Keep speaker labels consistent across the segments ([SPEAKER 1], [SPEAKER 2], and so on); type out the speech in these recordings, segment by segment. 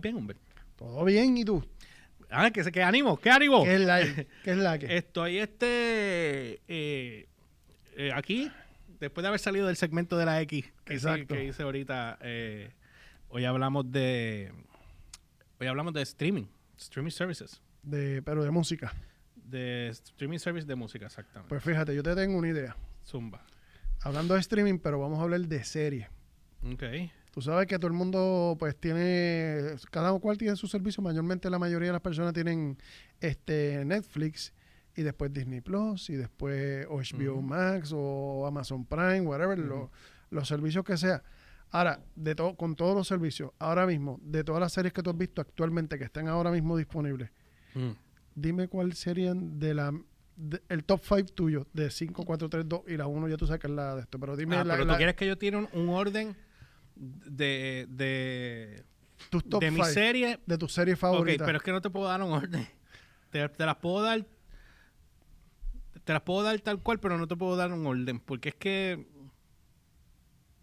[SPEAKER 1] bien, hombre?
[SPEAKER 2] Todo bien, ¿y tú?
[SPEAKER 1] Ah, que, que ánimo, qué ánimo.
[SPEAKER 2] ¿Qué es la que? ¿Qué es la que?
[SPEAKER 1] Estoy este eh, eh, aquí, después de haber salido del segmento de la X que, hice-
[SPEAKER 2] Exacto.
[SPEAKER 1] que hice ahorita, eh, hoy hablamos de hoy hablamos de streaming, streaming services,
[SPEAKER 2] De, pero de música.
[SPEAKER 1] de streaming service de música, exactamente.
[SPEAKER 2] Pues fíjate, yo te tengo una idea.
[SPEAKER 1] Zumba.
[SPEAKER 2] Hablando de streaming, pero vamos a hablar de series.
[SPEAKER 1] Ok.
[SPEAKER 2] Tú sabes que todo el mundo, pues, tiene, cada cual tiene su servicio. Mayormente la mayoría de las personas tienen este Netflix y después Disney Plus y después o HBO
[SPEAKER 1] Ujú.
[SPEAKER 2] Max o Amazon Prime, whatever, lo-
[SPEAKER 1] Ujú.
[SPEAKER 2] los servicios que sea. Ahora, de todo, con todos los servicios, ahora mismo, de todas las series que tú has visto actualmente que están ahora mismo disponibles,
[SPEAKER 1] Mm.
[SPEAKER 2] dime cuál serían de la de- el top 5 tuyo de 5, 4, 3, 2 y la 1 ya tú sacas la de esto. Pero dime
[SPEAKER 1] Ah,
[SPEAKER 2] la-
[SPEAKER 1] pero tú
[SPEAKER 2] la-
[SPEAKER 1] quieres que yo tire un, un orden de, de,
[SPEAKER 2] tus top
[SPEAKER 1] de mi
[SPEAKER 2] 5
[SPEAKER 1] serie.
[SPEAKER 2] de tus series
[SPEAKER 1] Ok,
[SPEAKER 2] favoritas.
[SPEAKER 1] pero es que no te puedo dar un orden. Te, te las puedo dar. Te las puedo dar tal cual, pero no te puedo dar un orden. Porque es que.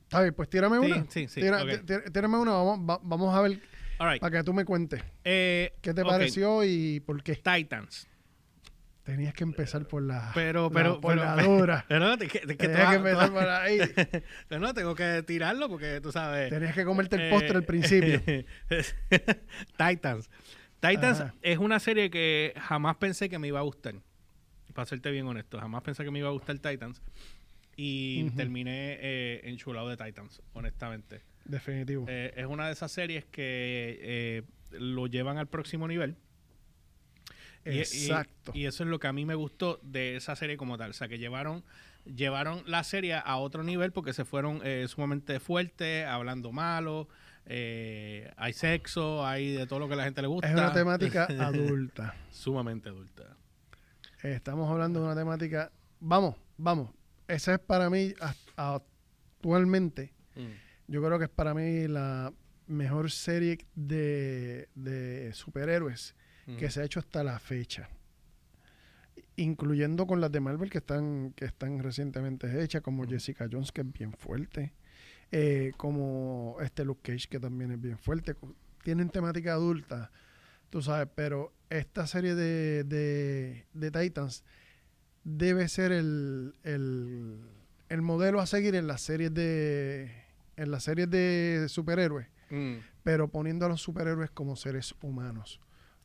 [SPEAKER 2] Está bien, pues tírame
[SPEAKER 1] Sí,
[SPEAKER 2] una.
[SPEAKER 1] sí, sí,
[SPEAKER 2] Tira-
[SPEAKER 1] ok.
[SPEAKER 2] tí- tí- Tírame una, vamos, va- vamos a ver
[SPEAKER 1] All right.
[SPEAKER 2] para que tú me cuentes
[SPEAKER 1] eh,
[SPEAKER 2] qué te
[SPEAKER 1] ok,
[SPEAKER 2] pareció y por qué.
[SPEAKER 1] Titans.
[SPEAKER 2] Tenías que empezar por la,
[SPEAKER 1] Pero,
[SPEAKER 2] Ah, la-
[SPEAKER 1] pero.
[SPEAKER 2] por
[SPEAKER 1] pero,
[SPEAKER 2] la dura.
[SPEAKER 1] pero no, te- que- que
[SPEAKER 2] Tenías que
[SPEAKER 1] todas-
[SPEAKER 2] empezar
[SPEAKER 1] todas-
[SPEAKER 2] por ahí.
[SPEAKER 1] pero no, tengo que tirarlo porque tú sabes.
[SPEAKER 2] Tenías que comerte
[SPEAKER 1] Eh,
[SPEAKER 2] el postre al principio.
[SPEAKER 1] Titans. Titans
[SPEAKER 2] Ajá.
[SPEAKER 1] es una serie que jamás pensé que me iba a gustar. Para serte bien honesto, jamás pensé que me iba a gustar Titans. Y
[SPEAKER 2] Ujú.
[SPEAKER 1] terminé eh, enchulado de Titans, honestamente.
[SPEAKER 2] Definitivo.
[SPEAKER 1] Eh, es una de esas series que eh, lo llevan al próximo nivel. Y- y-
[SPEAKER 2] Exacto.
[SPEAKER 1] Y, eso es lo que a mí me gustó de esa serie como tal. O sea, que llevaron, llevaron la serie a otro nivel porque se fueron eh, sumamente fuertes, hablando malo, eh, hay sexo, hay de todo lo que a la gente le gusta.
[SPEAKER 2] es una temática adulta.
[SPEAKER 1] Sumamente adulta.
[SPEAKER 2] Estamos hablando de una temática. Vamos, vamos. Esa es para mí hasta- actualmente.
[SPEAKER 1] Mm,
[SPEAKER 2] Yo creo que es para mí la mejor serie de, de superhéroes
[SPEAKER 1] Mm.
[SPEAKER 2] que se ha hecho hasta la fecha. Incluyendo con las de Marvel que están, que están recientemente hechas, como
[SPEAKER 1] Ujú.
[SPEAKER 2] Jessica Jones, que es bien fuerte, eh, como este Luke Cage, que también es bien fuerte. Co- Tienen temática adulta, tú sabes, pero esta serie de, de- de Titans debe ser el, el- el modelo a seguir en las series de, en las series de superhéroes
[SPEAKER 1] Mm.
[SPEAKER 2] pero poniendo a los superhéroes como seres humanos.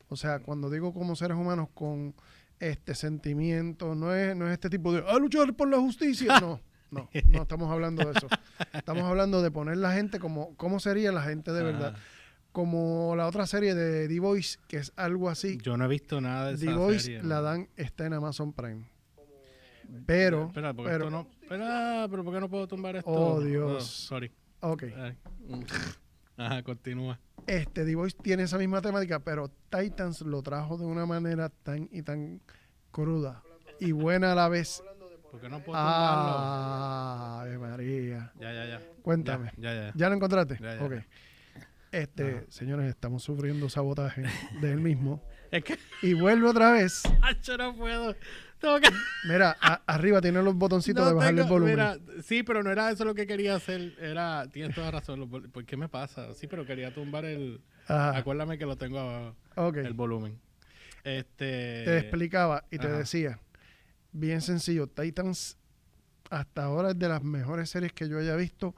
[SPEAKER 2] O sea, cuando digo como seres humanos con este sentimiento, no es, no es este tipo de a luchar por la justicia. No, no, no estamos hablando de eso. Estamos hablando de poner la gente como, cómo sería la gente de verdad.
[SPEAKER 1] Ah.
[SPEAKER 2] Como la otra serie de The Voice, que es algo así.
[SPEAKER 1] Yo no he visto nada de esa
[SPEAKER 2] The Voice
[SPEAKER 1] serie.
[SPEAKER 2] la
[SPEAKER 1] ¿no?
[SPEAKER 2] dan, está en Amazon Prime. Pero,
[SPEAKER 1] Espera, porque
[SPEAKER 2] pero-
[SPEAKER 1] esto no. Espera, pero ¿por qué no puedo tumbar esto?
[SPEAKER 2] Oh,
[SPEAKER 1] Ah,
[SPEAKER 2] Dios.
[SPEAKER 1] sorry.
[SPEAKER 2] ok.
[SPEAKER 1] Ay. Ajá, continúa.
[SPEAKER 2] Este, The Voice tiene esa misma temática, pero Titans lo trajo de una manera tan y tan cruda y buena a la vez.
[SPEAKER 1] ¿Por qué no puedo tumbarlo?
[SPEAKER 2] Ah, Ave María.
[SPEAKER 1] Ya, ya, ya.
[SPEAKER 2] Cuéntame.
[SPEAKER 1] Ya, ya, ya.
[SPEAKER 2] ¿Ya lo encontraste?
[SPEAKER 1] Ya, ya,
[SPEAKER 2] Ok.
[SPEAKER 1] ya.
[SPEAKER 2] Este, señores, estamos sufriendo sabotaje de él mismo.
[SPEAKER 1] Es que,
[SPEAKER 2] Y vuelve otra vez.
[SPEAKER 1] yo no puedo. Tengo que.
[SPEAKER 2] Mira, a- arriba tiene los botoncitos
[SPEAKER 1] No
[SPEAKER 2] de bajarle el
[SPEAKER 1] tengo-
[SPEAKER 2] volumen.
[SPEAKER 1] mira, sí, pero no era eso lo que quería hacer. Era, tienes toda razón. lo- ¿Por qué me pasa? Sí, pero quería tumbar el.
[SPEAKER 2] Ajá,
[SPEAKER 1] Acuérdame que lo tengo abajo.
[SPEAKER 2] Ah. ok.
[SPEAKER 1] El volumen. Este.
[SPEAKER 2] te explicaba y te
[SPEAKER 1] ajá.
[SPEAKER 2] decía, bien sencillo, Titans hasta ahora es de las mejores series que yo haya visto.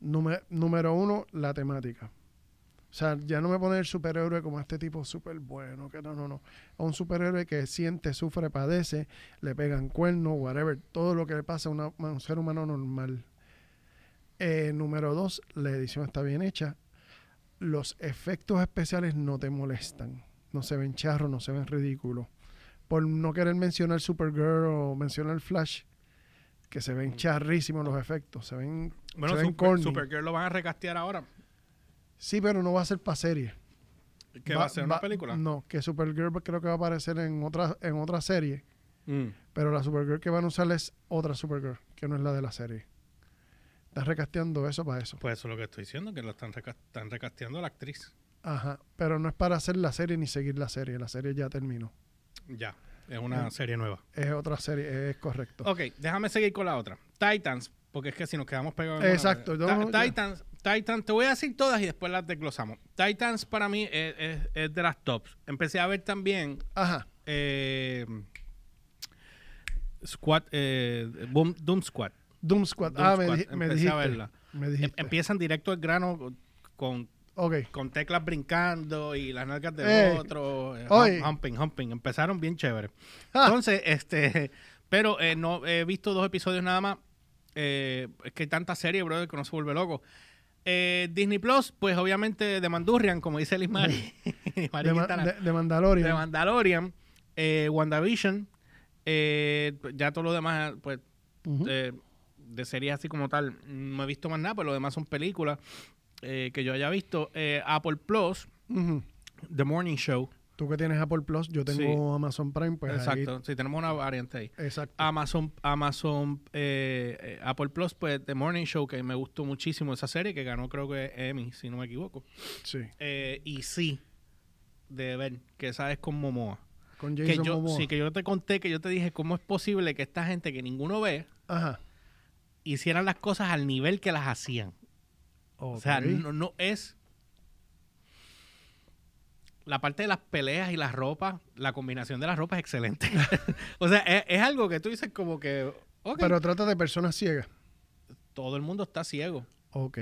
[SPEAKER 2] Nume- número uno, la temática. O sea, ya no me pone el superhéroe como este tipo súper bueno, que no, no, no. A un superhéroe que siente, sufre, padece, le pegan cuernos, whatever, todo lo que le pasa a, una- a un ser humano normal. Eh, número dos, la edición está bien hecha. Los efectos especiales no te molestan. No se ven charros, no se ven ridículos. Por no querer mencionar Supergirl o mencionar Flash, que se ven charrísimos los efectos, se ven,
[SPEAKER 1] Mm. Bueno,
[SPEAKER 2] se ven
[SPEAKER 1] Super,
[SPEAKER 2] corny.
[SPEAKER 1] Supergirl lo van a recastear ahora.
[SPEAKER 2] Sí, pero no va a ser para serie.
[SPEAKER 1] Que va, a ser una película.
[SPEAKER 2] No, que Supergirl creo que va a aparecer en otra, en otra serie.
[SPEAKER 1] Mm.
[SPEAKER 2] Pero la Supergirl que van a usar es otra Supergirl, que no es la de la serie. Estás recasteando eso para eso.
[SPEAKER 1] Pues eso es lo que estoy diciendo, que lo están, reca- están recasteando a la actriz.
[SPEAKER 2] Ajá. Pero no es para hacer la serie ni seguir la serie. La serie ya terminó.
[SPEAKER 1] Ya. Es una
[SPEAKER 2] Mm.
[SPEAKER 1] serie nueva.
[SPEAKER 2] Es otra serie, es correcto.
[SPEAKER 1] Ok, déjame seguir con la otra. Titans, porque es que si nos quedamos pegados. en
[SPEAKER 2] Exacto,
[SPEAKER 1] una-
[SPEAKER 2] yo-
[SPEAKER 1] Ta- Titans, Titans, te voy a decir todas y después las desglosamos. Titans para mí es, es- es de las tops. Empecé a ver también
[SPEAKER 2] Ajá.
[SPEAKER 1] eh, Squad, eh, Boom- Doom Squad.
[SPEAKER 2] Doom Squad.
[SPEAKER 1] Doom
[SPEAKER 2] ah, me,
[SPEAKER 1] Squad,
[SPEAKER 2] di- me
[SPEAKER 1] empecé a
[SPEAKER 2] dijiste.
[SPEAKER 1] verla.
[SPEAKER 2] Me
[SPEAKER 1] Em-
[SPEAKER 2] dijiste.
[SPEAKER 1] empiezan directo al grano con,
[SPEAKER 2] Ok.
[SPEAKER 1] con teclas brincando y las nalgas del
[SPEAKER 2] Ey.
[SPEAKER 1] otro. eh,
[SPEAKER 2] Oye.
[SPEAKER 1] hum- Humping, humping. Empezaron bien chévere.
[SPEAKER 2] Ah.
[SPEAKER 1] Entonces, este, pero eh, no he visto dos episodios nada más. Eh, es que hay tanta serie, brother, que uno se vuelve loco. Eh, Disney Plus, pues obviamente de Mandurrian, como dice Liz Mari. Mari
[SPEAKER 2] De, Ma-
[SPEAKER 1] Quintana.
[SPEAKER 2] de- de Mandalorian.
[SPEAKER 1] The Mandalorian, eh, WandaVision, eh, ya todo lo demás, pues,
[SPEAKER 2] Ujú.
[SPEAKER 1] eh, de series así como tal, no he visto más nada, pero lo demás son películas eh, que yo haya visto. Eh, Apple Plus,
[SPEAKER 2] Ujú.
[SPEAKER 1] The Morning Show.
[SPEAKER 2] Tú que tienes Apple Plus, yo tengo
[SPEAKER 1] Sí.
[SPEAKER 2] Amazon Prime, pues ahí-
[SPEAKER 1] Exacto, sí, tenemos una variante ahí.
[SPEAKER 2] exacto.
[SPEAKER 1] Amazon, Amazon, eh, eh, Apple Plus, pues The Morning Show, que me gustó muchísimo esa serie, que ganó creo que Emmy, si no me equivoco.
[SPEAKER 2] Sí.
[SPEAKER 1] Eh, y sí, de ver, que esa es con Momoa.
[SPEAKER 2] Con
[SPEAKER 1] que
[SPEAKER 2] Jason
[SPEAKER 1] yo,
[SPEAKER 2] Momoa.
[SPEAKER 1] sí, que yo te conté, que yo te dije cómo es posible que esta gente que ninguno ve
[SPEAKER 2] Ajá.
[SPEAKER 1] hicieran las cosas al nivel que las hacían. O sea,
[SPEAKER 2] Ok.
[SPEAKER 1] no, no es... La parte de las peleas y las ropas, la combinación de las ropas es excelente. o sea, es, es algo que tú dices como que... ok,
[SPEAKER 2] Pero trata de personas ciegas.
[SPEAKER 1] todo el mundo está ciego.
[SPEAKER 2] Ok.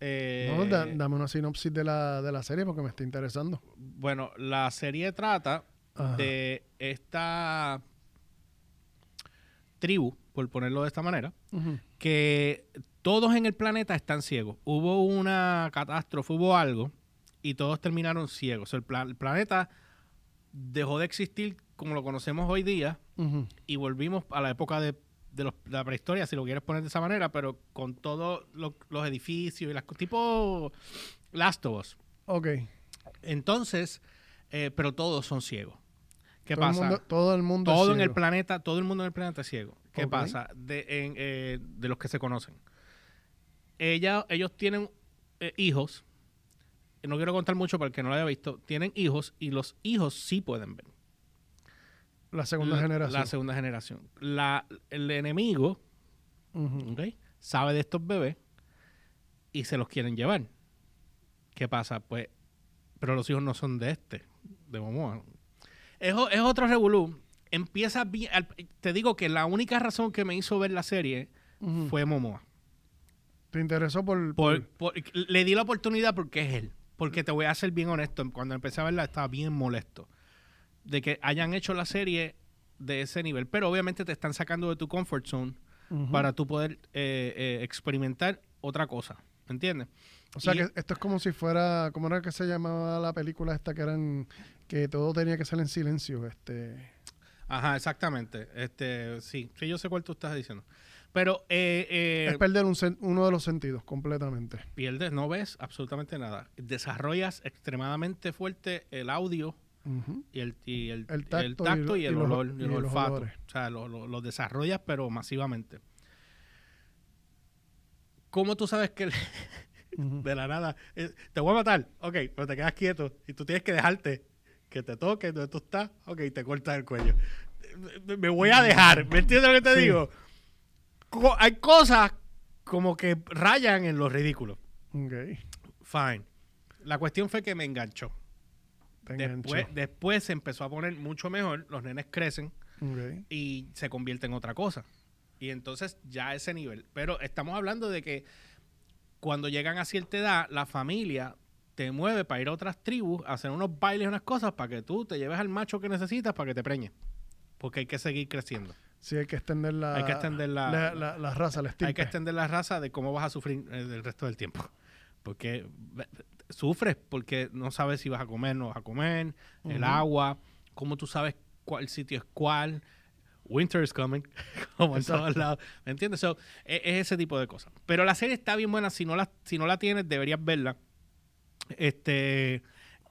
[SPEAKER 1] Eh,
[SPEAKER 2] No, da- dame una sinopsis de la, de la serie porque me está interesando.
[SPEAKER 1] Bueno, la serie trata
[SPEAKER 2] Ajá.
[SPEAKER 1] de esta tribu, por ponerlo de esta manera,
[SPEAKER 2] Ujú.
[SPEAKER 1] que todos en el planeta están ciegos. Hubo una catástrofe, hubo algo, y todos terminaron ciegos. O sea, el, pla- el planeta dejó de existir como lo conocemos hoy día
[SPEAKER 2] Ujú.
[SPEAKER 1] y volvimos a la época de, de los- de la prehistoria, si lo quieres poner de esa manera, pero con todos lo- los edificios y las co- tipo Last of Us.
[SPEAKER 2] Ok.
[SPEAKER 1] Entonces, eh, pero todos son ciegos. ¿Qué
[SPEAKER 2] todo
[SPEAKER 1] pasa?
[SPEAKER 2] El mundo, todo el mundo. es
[SPEAKER 1] todo en el
[SPEAKER 2] ciego.
[SPEAKER 1] planeta, todo el mundo en el planeta es ciego. ¿Qué
[SPEAKER 2] Ok.
[SPEAKER 1] pasa? De, en, eh, de los que se conocen. Ella, ellos tienen eh, hijos. No quiero contar mucho para el que no lo haya visto. Tienen hijos y los hijos sí pueden ver.
[SPEAKER 2] La segunda
[SPEAKER 1] La-
[SPEAKER 2] generación.
[SPEAKER 1] La segunda generación. La- el enemigo
[SPEAKER 2] Ujú.
[SPEAKER 1] ¿ok? sabe de estos bebés y se los quieren llevar. ¿Qué pasa? Pues, pero los hijos no son de este, de Momoa. Es, o- es otro revolú. Empieza bien. al- te digo que la única razón que me hizo ver la serie
[SPEAKER 2] Ujú.
[SPEAKER 1] fue Momoa.
[SPEAKER 2] ¿Te interesó por,
[SPEAKER 1] Por- por- le di la oportunidad porque es él. Porque te voy a ser bien honesto. Cuando empecé a verla estaba bien molesto de que hayan hecho la serie de ese nivel. Pero obviamente te están sacando de tu comfort zone
[SPEAKER 2] Ujú.
[SPEAKER 1] para tú poder eh, eh, experimentar otra cosa. ¿Me entiendes?
[SPEAKER 2] O sea,
[SPEAKER 1] y-
[SPEAKER 2] que esto es como si fuera, ¿cómo era que se llamaba la película esta que eran, que todo tenía que ser en silencio? Este,
[SPEAKER 1] Ajá, exactamente. Este, sí, sí, yo sé cuál tú estás diciendo. Pero eh, eh,
[SPEAKER 2] es perder un sen- uno de los sentidos completamente.
[SPEAKER 1] pierdes, no ves absolutamente nada. Desarrollas extremadamente fuerte el audio
[SPEAKER 2] Ujú.
[SPEAKER 1] y el, y el,
[SPEAKER 2] El
[SPEAKER 1] el
[SPEAKER 2] tacto
[SPEAKER 1] tacto, y,
[SPEAKER 2] y lo- y
[SPEAKER 1] el
[SPEAKER 2] los-
[SPEAKER 1] olor y
[SPEAKER 2] y
[SPEAKER 1] el
[SPEAKER 2] los
[SPEAKER 1] olfato.
[SPEAKER 2] olores.
[SPEAKER 1] O sea, lo, lo- lo desarrollas, pero masivamente. ¿Cómo tú sabes que el-
[SPEAKER 2] Ujú.
[SPEAKER 1] de la nada eh, te voy a matar? Ok, pero te quedas quieto y tú tienes que dejarte que te toque donde tú estás. Ok, te cortas el cuello. Me- Me voy a dejar. ¿Me entiendes lo que te
[SPEAKER 2] Sí.
[SPEAKER 1] digo? Co- hay cosas como que rayan en lo ridículo.
[SPEAKER 2] Ok.
[SPEAKER 1] Fine. La cuestión fue que me enganchó.
[SPEAKER 2] Te enganchó.
[SPEAKER 1] Después, después se empezó a poner mucho mejor. Los nenes crecen
[SPEAKER 2] Ok.
[SPEAKER 1] y se convierte en otra cosa. Y entonces ya a ese nivel. Pero estamos hablando de que cuando llegan a cierta edad, la familia te mueve para ir a otras tribus, a hacer unos bailes, unas cosas, para que tú te lleves al macho que necesitas para que te preñe. Porque hay que seguir creciendo.
[SPEAKER 2] Sí, hay que extender la,
[SPEAKER 1] Hay que extender la-
[SPEAKER 2] la, la- la raza, la
[SPEAKER 1] Hay que
[SPEAKER 2] estirpe.
[SPEAKER 1] extender la raza de cómo vas a sufrir eh, el resto del tiempo. Porque ve- sufres porque no sabes si vas a comer, no vas a comer, el
[SPEAKER 2] Ujú.
[SPEAKER 1] agua, cómo tú sabes cuál sitio es cuál. Winter is coming, como en todos lados. ¿Me entiendes? So, e- es, ese tipo de cosas. Pero la serie está bien buena. Si no la, si no la tienes, deberías verla. Este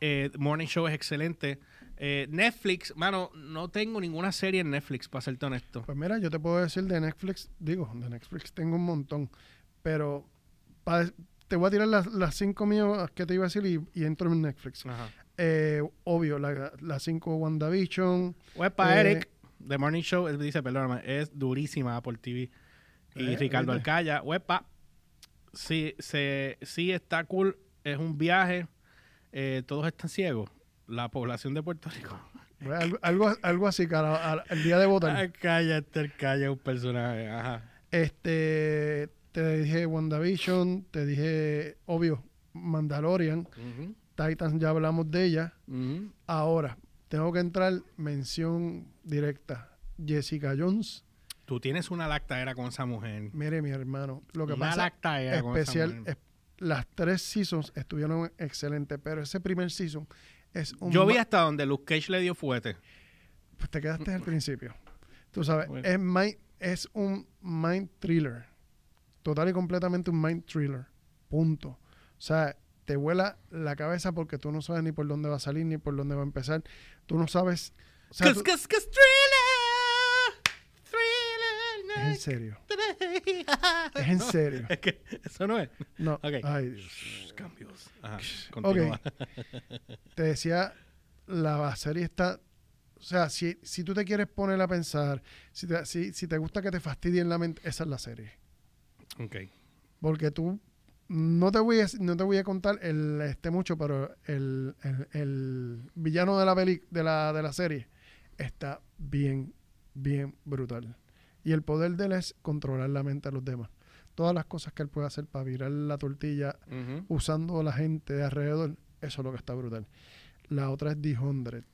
[SPEAKER 1] eh, Morning Show es excelente. Eh, Netflix, mano, no tengo ninguna serie en Netflix, para serte honesto.
[SPEAKER 2] Pues mira, yo te puedo decir de Netflix, digo, de Netflix tengo un montón, pero pa- te voy a tirar las, las cinco mías que te iba a decir y, y entro en Netflix.
[SPEAKER 1] Ajá.
[SPEAKER 2] Eh, obvio, la- las cinco WandaVision,
[SPEAKER 1] Wepa,
[SPEAKER 2] Eh,
[SPEAKER 1] Eric, The Morning Show, él dice, perdóname, es durísima por TV. Y
[SPEAKER 2] Eh,
[SPEAKER 1] Ricardo
[SPEAKER 2] ¿viste?
[SPEAKER 1] Alcaya, Wepa. sí, se, sí está cool, es un viaje, eh, todos están ciegos, la población de Puerto Rico.
[SPEAKER 2] Pues algo, algo, algo así, cara, al, al día de votar.
[SPEAKER 1] Ay, cállate, el calle es un personaje, ajá.
[SPEAKER 2] Este, te dije WandaVision, te dije, obvio, Mandalorian,
[SPEAKER 1] Ujú,
[SPEAKER 2] Titans, ya hablamos de ella.
[SPEAKER 1] ujú.
[SPEAKER 2] Ahora, tengo que entrar, mención directa. Jessica Jones,
[SPEAKER 1] Tú tienes una lactadera con esa mujer.
[SPEAKER 2] mire mi hermano, lo que
[SPEAKER 1] una
[SPEAKER 2] pasa
[SPEAKER 1] lactadera con
[SPEAKER 2] especial,
[SPEAKER 1] esa mujer.
[SPEAKER 2] es- las tres seasons estuvieron excelentes, pero ese primer season es un...
[SPEAKER 1] Yo vi
[SPEAKER 2] ma-
[SPEAKER 1] hasta donde Luke Cage le dio fuerte.
[SPEAKER 2] Pues te quedaste al principio. Tú sabes,
[SPEAKER 1] Bueno.
[SPEAKER 2] es, mind- es un mind thriller. Total y completamente un mind thriller. Punto. O sea, te vuela la cabeza porque tú no sabes ni por dónde va a salir, ni por dónde va a empezar. Tú no sabes... o sea, tú-
[SPEAKER 1] thriller,
[SPEAKER 2] es en serio.
[SPEAKER 1] thriller.
[SPEAKER 2] Es en serio.
[SPEAKER 1] Es que eso no es.
[SPEAKER 2] No.
[SPEAKER 1] Ok.
[SPEAKER 2] Ay, Dios.
[SPEAKER 1] Cambios. Ajá,
[SPEAKER 2] Ok.
[SPEAKER 1] continúa.
[SPEAKER 2] Te decía, la serie está. O sea, si, si tú te quieres poner a pensar, si te, si, si te gusta que te fastidien la mente, esa es la serie.
[SPEAKER 1] Ok.
[SPEAKER 2] Porque tú. No te voy a, no te voy a contar el, este mucho, pero el, el- el villano de la, peli, de, la, de la serie está bien, bien brutal. Y el poder de él es controlar la mente de los demás. Todas las cosas que él puede hacer para virar la tortilla
[SPEAKER 1] Ujú.
[SPEAKER 2] usando a la gente de alrededor, eso es lo que está brutal. La otra es The 100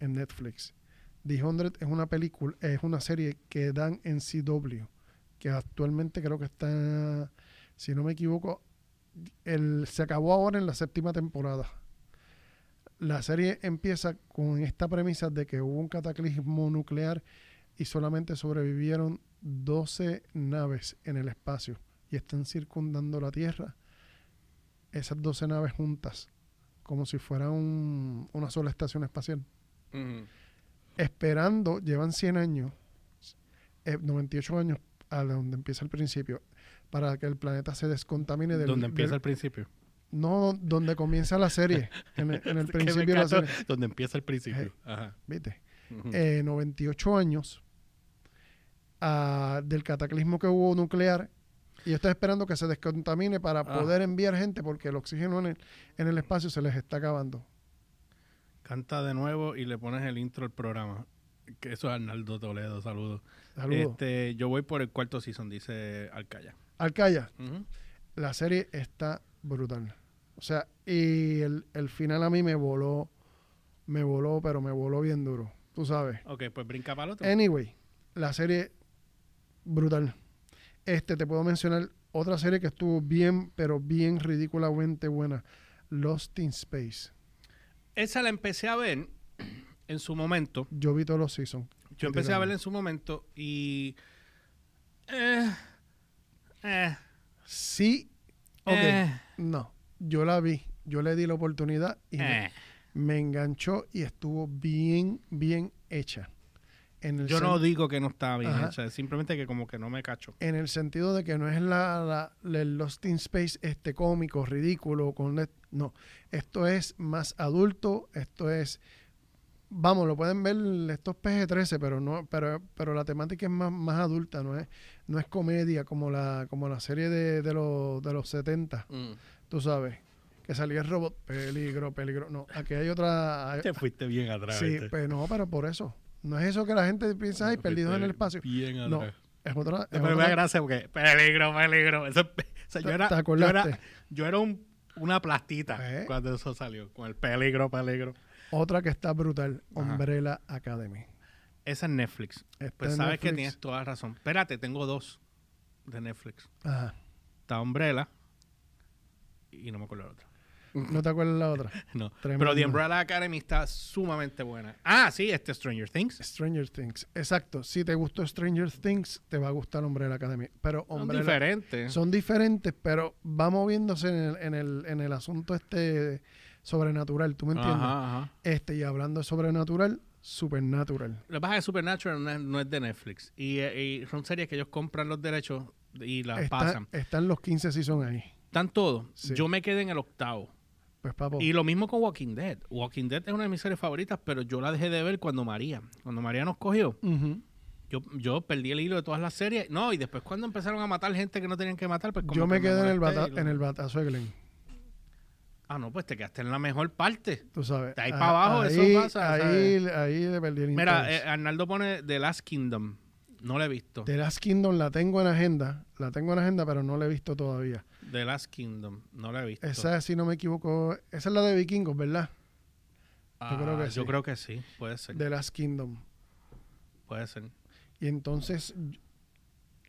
[SPEAKER 2] en Netflix. The 100 es una película, es una serie que dan en CW, que actualmente creo que está, si no me equivoco, el, se acabó ahora en la séptima temporada. La serie empieza con esta premisa de que hubo un cataclismo nuclear y solamente sobrevivieron 12 naves en el espacio y están circundando la Tierra esas 12 naves juntas, como si fuera un- una sola estación espacial,
[SPEAKER 1] Ujú.
[SPEAKER 2] esperando, llevan 100 años, eh, 98 años a donde empieza el principio, para que el planeta se descontamine del...
[SPEAKER 1] Donde empieza
[SPEAKER 2] del-
[SPEAKER 1] el principio.
[SPEAKER 2] No, donde comienza la serie, en el, en el
[SPEAKER 1] Que me
[SPEAKER 2] principio de la
[SPEAKER 1] encantó. Mm.
[SPEAKER 2] serie,
[SPEAKER 1] Donde empieza el principio.
[SPEAKER 2] Eh.
[SPEAKER 1] Ajá.
[SPEAKER 2] ¿viste?
[SPEAKER 1] Ujú.
[SPEAKER 2] eh, 98 años ah, del cataclismo que hubo nuclear y yo estoy esperando que se descontamine para
[SPEAKER 1] Ah.
[SPEAKER 2] poder enviar gente porque el oxígeno en el, en el espacio se les está acabando.
[SPEAKER 1] Canta de nuevo y le pones el intro al programa. Que eso es Arnaldo Toledo, saludos.
[SPEAKER 2] Saludos.
[SPEAKER 1] Este, yo voy por el cuarto season, dice Alcaya.
[SPEAKER 2] Alcaya,
[SPEAKER 1] Ujú.
[SPEAKER 2] la serie está brutal. O sea, y el, el final a mí me voló, me voló, pero me voló bien duro, tú sabes.
[SPEAKER 1] Ok, pues brinca para el otro.
[SPEAKER 2] Anyway, la serie brutal. Este, te puedo mencionar otra serie que estuvo bien, pero bien ridículamente buena. Lost in Space.
[SPEAKER 1] Esa la empecé a ver en su momento.
[SPEAKER 2] Yo vi todos los seasons.
[SPEAKER 1] Yo empecé a verla en su momento y. Eh, eh,
[SPEAKER 2] Sí. Ok.
[SPEAKER 1] eh,
[SPEAKER 2] No. Yo la vi. Yo le di la oportunidad y me-
[SPEAKER 1] eh.
[SPEAKER 2] me enganchó y estuvo bien, bien hecha. En el
[SPEAKER 1] Yo no
[SPEAKER 2] sen-
[SPEAKER 1] digo que no estaba bien
[SPEAKER 2] Ajá.
[SPEAKER 1] hecha, simplemente que como que no me cacho.
[SPEAKER 2] en el sentido de que no es la, la- el Lost in Space este cómico, ridículo, con let- no, esto es más adulto, esto es vamos, lo pueden ver estos PG-13, pero no pero pero la temática es más, más adulta, no es no es comedia como la como la serie de, de los de los 70, tú sabes, que salía el robot, peligro, peligro, no, aquí hay otra hay-
[SPEAKER 1] Te fuiste bien atrás.
[SPEAKER 2] Sí,
[SPEAKER 1] ¿viste?
[SPEAKER 2] pero no, pero por eso. No es eso que la gente piensa, ay,
[SPEAKER 1] Te
[SPEAKER 2] perdidos en
[SPEAKER 1] fuiste
[SPEAKER 2] el espacio.
[SPEAKER 1] Bien
[SPEAKER 2] No,
[SPEAKER 1] atrás.
[SPEAKER 2] Es otra, es
[SPEAKER 1] Pero me
[SPEAKER 2] otra-
[SPEAKER 1] da gracia porque peligro, peligro. Eso- o sea, yo,
[SPEAKER 2] ¿Te-
[SPEAKER 1] era,
[SPEAKER 2] te
[SPEAKER 1] yo era-
[SPEAKER 2] acordaste?
[SPEAKER 1] yo era un- una plastita
[SPEAKER 2] Eh.
[SPEAKER 1] cuando eso salió, con el peligro, peligro.
[SPEAKER 2] Otra que está brutal,
[SPEAKER 1] Ajá.
[SPEAKER 2] Umbrella Academy.
[SPEAKER 1] Esa es Netflix.
[SPEAKER 2] Está
[SPEAKER 1] Pues
[SPEAKER 2] en
[SPEAKER 1] sabes que
[SPEAKER 2] Netflix.
[SPEAKER 1] tienes toda la razón. Espérate, tengo dos de Netflix.
[SPEAKER 2] Ajá.
[SPEAKER 1] Está Umbrella y no me acuerdo la otra.
[SPEAKER 2] No te acuerdas la otra.
[SPEAKER 1] No. Pero The
[SPEAKER 2] Tremendo.
[SPEAKER 1] Umbrella Academy está sumamente buena. Ah, sí, este Stranger Things.
[SPEAKER 2] Stranger Things. Exacto. Si te gustó Stranger Things, te va a gustar Umbrella Academy. Pero
[SPEAKER 1] Son
[SPEAKER 2] Umbrella-
[SPEAKER 1] diferentes.
[SPEAKER 2] son diferentes, pero va moviéndose en el, en el, en el asunto este sobrenatural. ¿Tú me entiendes?
[SPEAKER 1] Ajá, ajá.
[SPEAKER 2] Este, y hablando de sobrenatural, Supernatural.
[SPEAKER 1] Lo que pasa es que Supernatural no es, no es de Netflix. Y, eh, y son series que ellos compran los derechos y las
[SPEAKER 2] Está-
[SPEAKER 1] pasan.
[SPEAKER 2] Están los 15 season ahí.
[SPEAKER 1] Están todos.
[SPEAKER 2] Sí.
[SPEAKER 1] Yo me quedé en el octavo.
[SPEAKER 2] Pues papo.
[SPEAKER 1] Y lo mismo con Walking Dead. Walking Dead es una de mis series favoritas, pero yo la dejé de ver cuando María. Cuando María nos cogió,
[SPEAKER 2] Ujú.
[SPEAKER 1] yo Yo, yo perdí el hilo de todas las series. No, y después cuando empezaron a matar gente que no tenían que matar, pues como
[SPEAKER 2] Yo me
[SPEAKER 1] que
[SPEAKER 2] quedé en el,
[SPEAKER 1] molesté
[SPEAKER 2] bata-
[SPEAKER 1] y lo-
[SPEAKER 2] en el batazo de Glenn.
[SPEAKER 1] Ah, no, pues te quedaste en la mejor parte.
[SPEAKER 2] Tú sabes.
[SPEAKER 1] De ahí
[SPEAKER 2] Ah,
[SPEAKER 1] para abajo eso
[SPEAKER 2] ahí-
[SPEAKER 1] pasa,
[SPEAKER 2] Ahí, ahí le perdí el
[SPEAKER 1] Mira,
[SPEAKER 2] interés.
[SPEAKER 1] eh, Arnaldo pone The Last Kingdom. No la he visto.
[SPEAKER 2] The Last Kingdom la tengo en agenda. La tengo en agenda, pero no la he visto todavía.
[SPEAKER 1] The Last Kingdom. No la he visto.
[SPEAKER 2] Esa, si no me equivoco, esa es la de Vikingos, ¿verdad?
[SPEAKER 1] Ah,
[SPEAKER 2] creo que
[SPEAKER 1] Yo
[SPEAKER 2] sí.
[SPEAKER 1] creo que sí. Puede ser.
[SPEAKER 2] The Last Kingdom.
[SPEAKER 1] Puede
[SPEAKER 2] eh,
[SPEAKER 1] ser.
[SPEAKER 2] Y entonces,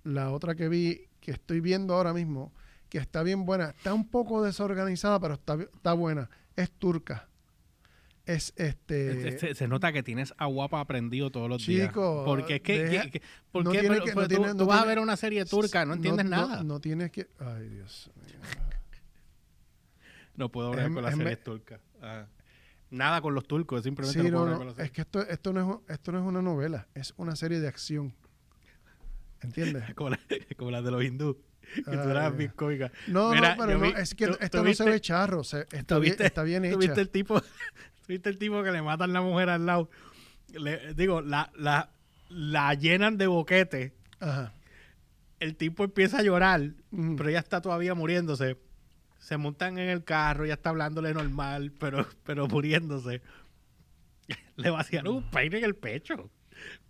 [SPEAKER 2] la otra que vi, que estoy viendo ahora mismo, que está bien buena, está un poco desorganizada, pero está, está buena, es turca. Es este.
[SPEAKER 1] Este- se nota que tienes a guapa aprendido todos los días.
[SPEAKER 2] Chico,
[SPEAKER 1] Porque es que.
[SPEAKER 2] deja-
[SPEAKER 1] que- que- ¿por
[SPEAKER 2] no
[SPEAKER 1] qué?
[SPEAKER 2] tiene
[SPEAKER 1] Pero-
[SPEAKER 2] que-
[SPEAKER 1] pero
[SPEAKER 2] no
[SPEAKER 1] tú,
[SPEAKER 2] tiene-
[SPEAKER 1] tú
[SPEAKER 2] no
[SPEAKER 1] vas a
[SPEAKER 2] tiene-
[SPEAKER 1] ver una serie turca, no entiendes
[SPEAKER 2] no-
[SPEAKER 1] nada.
[SPEAKER 2] No,
[SPEAKER 1] No,
[SPEAKER 2] tienes que. Ay, Dios. mío.
[SPEAKER 1] puedo hablar
[SPEAKER 2] Em-
[SPEAKER 1] con las
[SPEAKER 2] em-
[SPEAKER 1] series turcas. Ah. Nada con los turcos, simplemente
[SPEAKER 2] Sí,
[SPEAKER 1] no puedo
[SPEAKER 2] no,
[SPEAKER 1] hablar
[SPEAKER 2] no,
[SPEAKER 1] con los
[SPEAKER 2] Es
[SPEAKER 1] turcos.
[SPEAKER 2] que esto, esto, no es, un- esto no es una novela, es una serie de acción. ¿Entiendes?
[SPEAKER 1] Como, la- como las de los hindú. Que tú
[SPEAKER 2] Ay,
[SPEAKER 1] eras
[SPEAKER 2] Dios.
[SPEAKER 1] bien cómica.
[SPEAKER 2] No,
[SPEAKER 1] Mira,
[SPEAKER 2] no, pero
[SPEAKER 1] yo
[SPEAKER 2] no,
[SPEAKER 1] vi-
[SPEAKER 2] es que
[SPEAKER 1] tú- tú
[SPEAKER 2] esto no se
[SPEAKER 1] viste-
[SPEAKER 2] ve charro, se- está,
[SPEAKER 1] ¿Tú
[SPEAKER 2] bien,
[SPEAKER 1] viste-
[SPEAKER 2] está bien hecha.
[SPEAKER 1] ¿Tú viste el tipo, tú viste el tipo que le matan la mujer al lado? Le- digo, la, la, la llenan de boquete.
[SPEAKER 2] Ajá.
[SPEAKER 1] El tipo empieza a llorar,
[SPEAKER 2] Ujú.
[SPEAKER 1] pero ella está todavía muriéndose. Se montan en el carro, ya está hablándole normal, pero, pero muriéndose. Le vaciaron un peine en el pecho.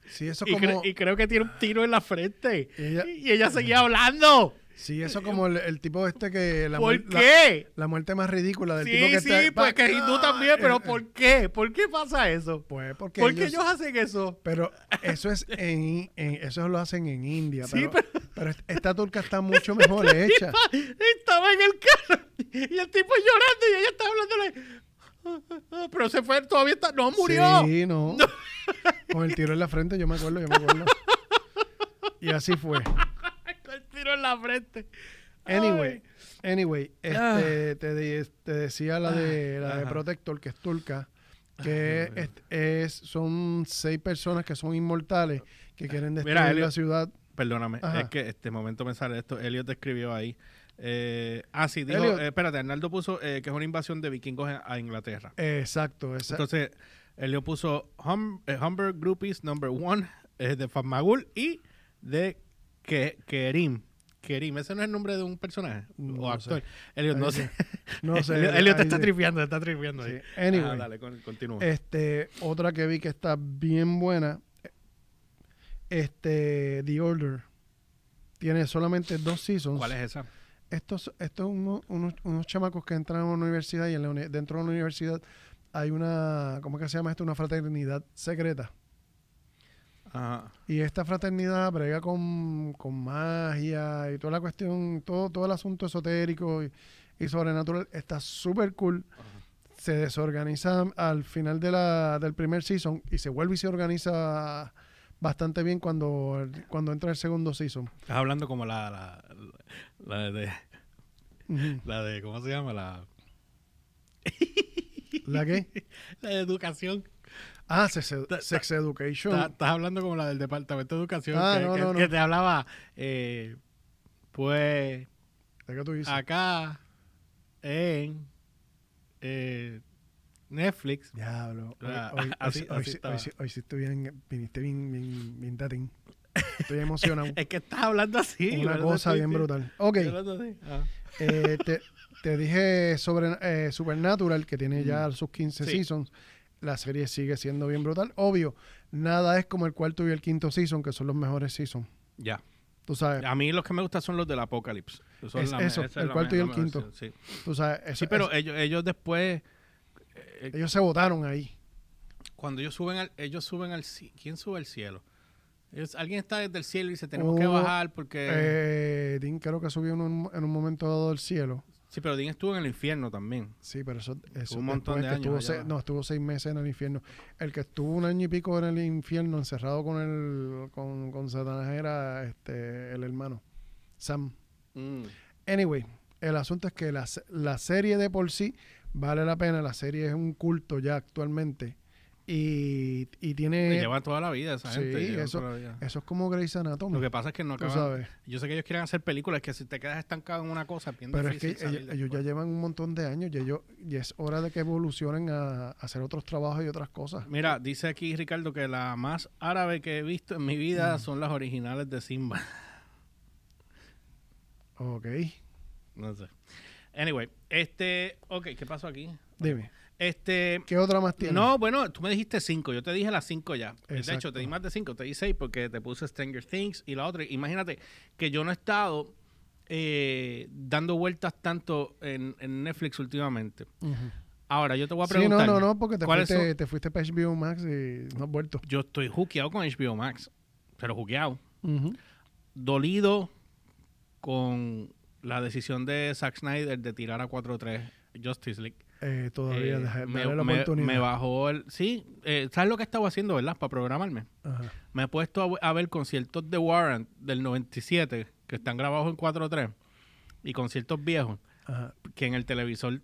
[SPEAKER 2] Sí, eso
[SPEAKER 1] Y, cre-
[SPEAKER 2] como,
[SPEAKER 1] y creo que tiene un tiro en la frente.
[SPEAKER 2] Y ella-
[SPEAKER 1] y ella seguía hablando.
[SPEAKER 2] sí, eso como el, el tipo este que... La,
[SPEAKER 1] ¿Por
[SPEAKER 2] muer- la-
[SPEAKER 1] qué?
[SPEAKER 2] La, muerte más ridícula del
[SPEAKER 1] Sí,
[SPEAKER 2] tipo que
[SPEAKER 1] sí,
[SPEAKER 2] te-
[SPEAKER 1] pues
[SPEAKER 2] pa-
[SPEAKER 1] que es hindú también,
[SPEAKER 2] Eh,
[SPEAKER 1] pero
[SPEAKER 2] eh,
[SPEAKER 1] ¿por qué? ¿Por qué pasa eso?
[SPEAKER 2] Pues porque
[SPEAKER 1] ¿Por qué
[SPEAKER 2] ellos-
[SPEAKER 1] ellos hacen eso?
[SPEAKER 2] Pero eso es en, en- eso lo hacen en India.
[SPEAKER 1] Sí,
[SPEAKER 2] pero, pero esta turca está mucho mejor hecha.
[SPEAKER 1] Pa- Estaba en el carro y el tipo llorando y ella estaba hablándole. "Ah, ah, ah", Pero se fue, todavía está. No murió.
[SPEAKER 2] Sí, no. Con el tiro en la frente, yo me acuerdo, yo me acuerdo. Y así fue.
[SPEAKER 1] Con el tiro en la frente.
[SPEAKER 2] Anyway, anyway,
[SPEAKER 1] Ah.
[SPEAKER 2] este, te, de- te decía la de, la de
[SPEAKER 1] Ajá.
[SPEAKER 2] Protector, que es turca, que es, es- son seis personas que son inmortales, que quieren destruir
[SPEAKER 1] Elliot.
[SPEAKER 2] la ciudad.
[SPEAKER 1] Perdóname,
[SPEAKER 2] Ajá.
[SPEAKER 1] es que este momento me sale esto. Elliot escribió ahí. Eh, ah, sí, dijo,
[SPEAKER 2] Elliot.
[SPEAKER 1] eh, espérate, Arnaldo puso eh, que es una invasión de vikingos a- a Inglaterra.
[SPEAKER 2] Exacto, esa-
[SPEAKER 1] Entonces, Elliot puso hum, eh, Humber Groupies Number One eh, de Famagul y de Ke- Kerim. Kerim, ese no es el nombre de un personaje
[SPEAKER 2] No
[SPEAKER 1] o actor.
[SPEAKER 2] sé.
[SPEAKER 1] Elliot, no
[SPEAKER 2] Ahí
[SPEAKER 1] sé.
[SPEAKER 2] no sé.
[SPEAKER 1] eh, Elliot, Elliot te
[SPEAKER 2] ahí
[SPEAKER 1] está
[SPEAKER 2] sí.
[SPEAKER 1] tripeando, te está tripeando ahí.
[SPEAKER 2] Sí, anyway.
[SPEAKER 1] Ah, dale, con- continúa.
[SPEAKER 2] Este, otra que vi que está bien buena, este, The Order. Tiene solamente dos seasons.
[SPEAKER 1] ¿Cuál es esa?
[SPEAKER 2] Estos, estos uno- unos, unos chamacos que entran a una universidad y en la uni- dentro de una universidad hay una, ¿cómo que se llama esto? Una fraternidad secreta.
[SPEAKER 1] Ajá.
[SPEAKER 2] Y esta fraternidad brega con, con magia y toda la cuestión, todo, todo el asunto esotérico y, y sobrenatural. Está súper cool. Se desorganiza al final de la, del primer season y se vuelve y se organiza bastante bien cuando, cuando entra el segundo season.
[SPEAKER 1] Estás hablando como la, la, la de,
[SPEAKER 2] Ujú.
[SPEAKER 1] la de, ¿cómo se llama? La,
[SPEAKER 2] ¿La qué?
[SPEAKER 1] la de educación.
[SPEAKER 2] Ah, Sex, Edu-
[SPEAKER 1] Ta- ta-
[SPEAKER 2] Sex Education.
[SPEAKER 1] Está- Estás hablando como la del Departamento de Educación
[SPEAKER 2] Ah,
[SPEAKER 1] que,
[SPEAKER 2] no,
[SPEAKER 1] que-
[SPEAKER 2] no, no.
[SPEAKER 1] que te hablaba, eh, pues,
[SPEAKER 2] ¿De qué tú dices?
[SPEAKER 1] acá en eh, Netflix.
[SPEAKER 2] Diablo. Hoy,
[SPEAKER 1] Ah,
[SPEAKER 2] hoy- hoy
[SPEAKER 1] así-
[SPEAKER 2] sí-
[SPEAKER 1] así
[SPEAKER 2] hoy sí-
[SPEAKER 1] estaba.
[SPEAKER 2] hoy sí- hoy sí estoy bien, viniste bien, bien, bien tatín. Estoy emocionado.
[SPEAKER 1] Es que estás hablando así.
[SPEAKER 2] Una
[SPEAKER 1] ¿verdad?
[SPEAKER 2] cosa
[SPEAKER 1] Sí,
[SPEAKER 2] bien
[SPEAKER 1] sí.
[SPEAKER 2] brutal. Ok,
[SPEAKER 1] Estoy hablando así. Ah.
[SPEAKER 2] eh, te, te dije sobre eh, Supernatural, que tiene ya sus 15
[SPEAKER 1] Mm. Sí.
[SPEAKER 2] seasons. La serie sigue siendo bien brutal. Obvio, nada es como el cuarto y el quinto season, que son los mejores seasons.
[SPEAKER 1] Ya.
[SPEAKER 2] Tú sabes,
[SPEAKER 1] A mí los que me gustan son los del Apocalipsis. Son
[SPEAKER 2] Es
[SPEAKER 1] la me-
[SPEAKER 2] eso,
[SPEAKER 1] esa es
[SPEAKER 2] el
[SPEAKER 1] la
[SPEAKER 2] cuarto
[SPEAKER 1] me-
[SPEAKER 2] y
[SPEAKER 1] la
[SPEAKER 2] el
[SPEAKER 1] mejor
[SPEAKER 2] quinto.
[SPEAKER 1] versión, Sí,
[SPEAKER 2] tú sabes. eso-
[SPEAKER 1] Sí, pero
[SPEAKER 2] eso-
[SPEAKER 1] ellos, ellos después, eh,
[SPEAKER 2] ellos se votaron ahí.
[SPEAKER 1] cuando ellos suben al, ellos suben al ci- ¿quién sube al cielo? Ellos- alguien está desde el cielo y dice tenemos que
[SPEAKER 2] Hubo,
[SPEAKER 1] bajar porque
[SPEAKER 2] Oh, Eh, Dean creo que subió en un, en un momento dado del cielo.
[SPEAKER 1] sí, pero Dean estuvo en el infierno también.
[SPEAKER 2] Sí, pero eso, eso
[SPEAKER 1] un montón
[SPEAKER 2] después
[SPEAKER 1] de
[SPEAKER 2] que
[SPEAKER 1] años
[SPEAKER 2] estuvo
[SPEAKER 1] allá
[SPEAKER 2] se-
[SPEAKER 1] abajo.
[SPEAKER 2] no, estuvo seis meses en el infierno. El que estuvo un año y pico en el infierno encerrado con el con, con Satanás era este el hermano Sam. Anyway, el asunto es que la, se- la serie de por sí vale la pena. La serie es un culto ya actualmente. Y, y
[SPEAKER 1] Le
[SPEAKER 2] tiene...
[SPEAKER 1] llevan toda la vida esa
[SPEAKER 2] Eh, sí,
[SPEAKER 1] gente. llevan
[SPEAKER 2] eso-
[SPEAKER 1] toda la vida.
[SPEAKER 2] Eso es como Grey's Anatomy.
[SPEAKER 1] Lo que pasa es que no
[SPEAKER 2] tú
[SPEAKER 1] acaban.
[SPEAKER 2] sabes.
[SPEAKER 1] Yo sé que ellos quieren hacer películas que si te quedas estancado en una cosa, es bien
[SPEAKER 2] Pero es que
[SPEAKER 1] difícil salir
[SPEAKER 2] ellos, ellos ya
[SPEAKER 1] después.
[SPEAKER 2] llevan un montón de años y, ellos, y es hora de que evolucionen a, a hacer otros trabajos y otras cosas.
[SPEAKER 1] Mira, dice aquí Ricardo que la más árabe que he visto en mi
[SPEAKER 2] Mm.
[SPEAKER 1] vida son las originales de Simba.
[SPEAKER 2] Ok,
[SPEAKER 1] No sé. Anyway, este. Ok, ¿qué pasó aquí?
[SPEAKER 2] dime,
[SPEAKER 1] Este.
[SPEAKER 2] ¿qué otra más tienes?
[SPEAKER 1] No, bueno, tú me dijiste cinco, yo te dije las cinco ya. De hecho,
[SPEAKER 2] Exacto.
[SPEAKER 1] te di más de cinco, te di seis porque te puse Stranger Things y la otra. Imagínate que yo no he estado eh, dando vueltas tanto en, en Netflix últimamente.
[SPEAKER 2] Ujú.
[SPEAKER 1] Ahora, yo te voy a
[SPEAKER 2] Sí,
[SPEAKER 1] preguntar.
[SPEAKER 2] no, no, no, porque te
[SPEAKER 1] ¿cuáles
[SPEAKER 2] fuiste, te fuiste para HBO Max y no has vuelto.
[SPEAKER 1] Yo estoy juqueado con HBO Max, pero juqueado.
[SPEAKER 2] Ujú.
[SPEAKER 1] Dolido con la decisión de Zack Snyder de tirar a 4-3 Justice League.
[SPEAKER 2] Eh, todavía,
[SPEAKER 1] Eh,
[SPEAKER 2] deja-
[SPEAKER 1] me,
[SPEAKER 2] dale la
[SPEAKER 1] me-
[SPEAKER 2] oportunidad.
[SPEAKER 1] me bajó el... Sí, eh, ¿sabes lo que estaba haciendo, verdad? Para programarme.
[SPEAKER 2] Ajá.
[SPEAKER 1] Me he puesto a, a ver conciertos de Warren del 97, que están grabados en 4-3, y conciertos viejos,
[SPEAKER 2] Ajá.
[SPEAKER 1] que en el televisor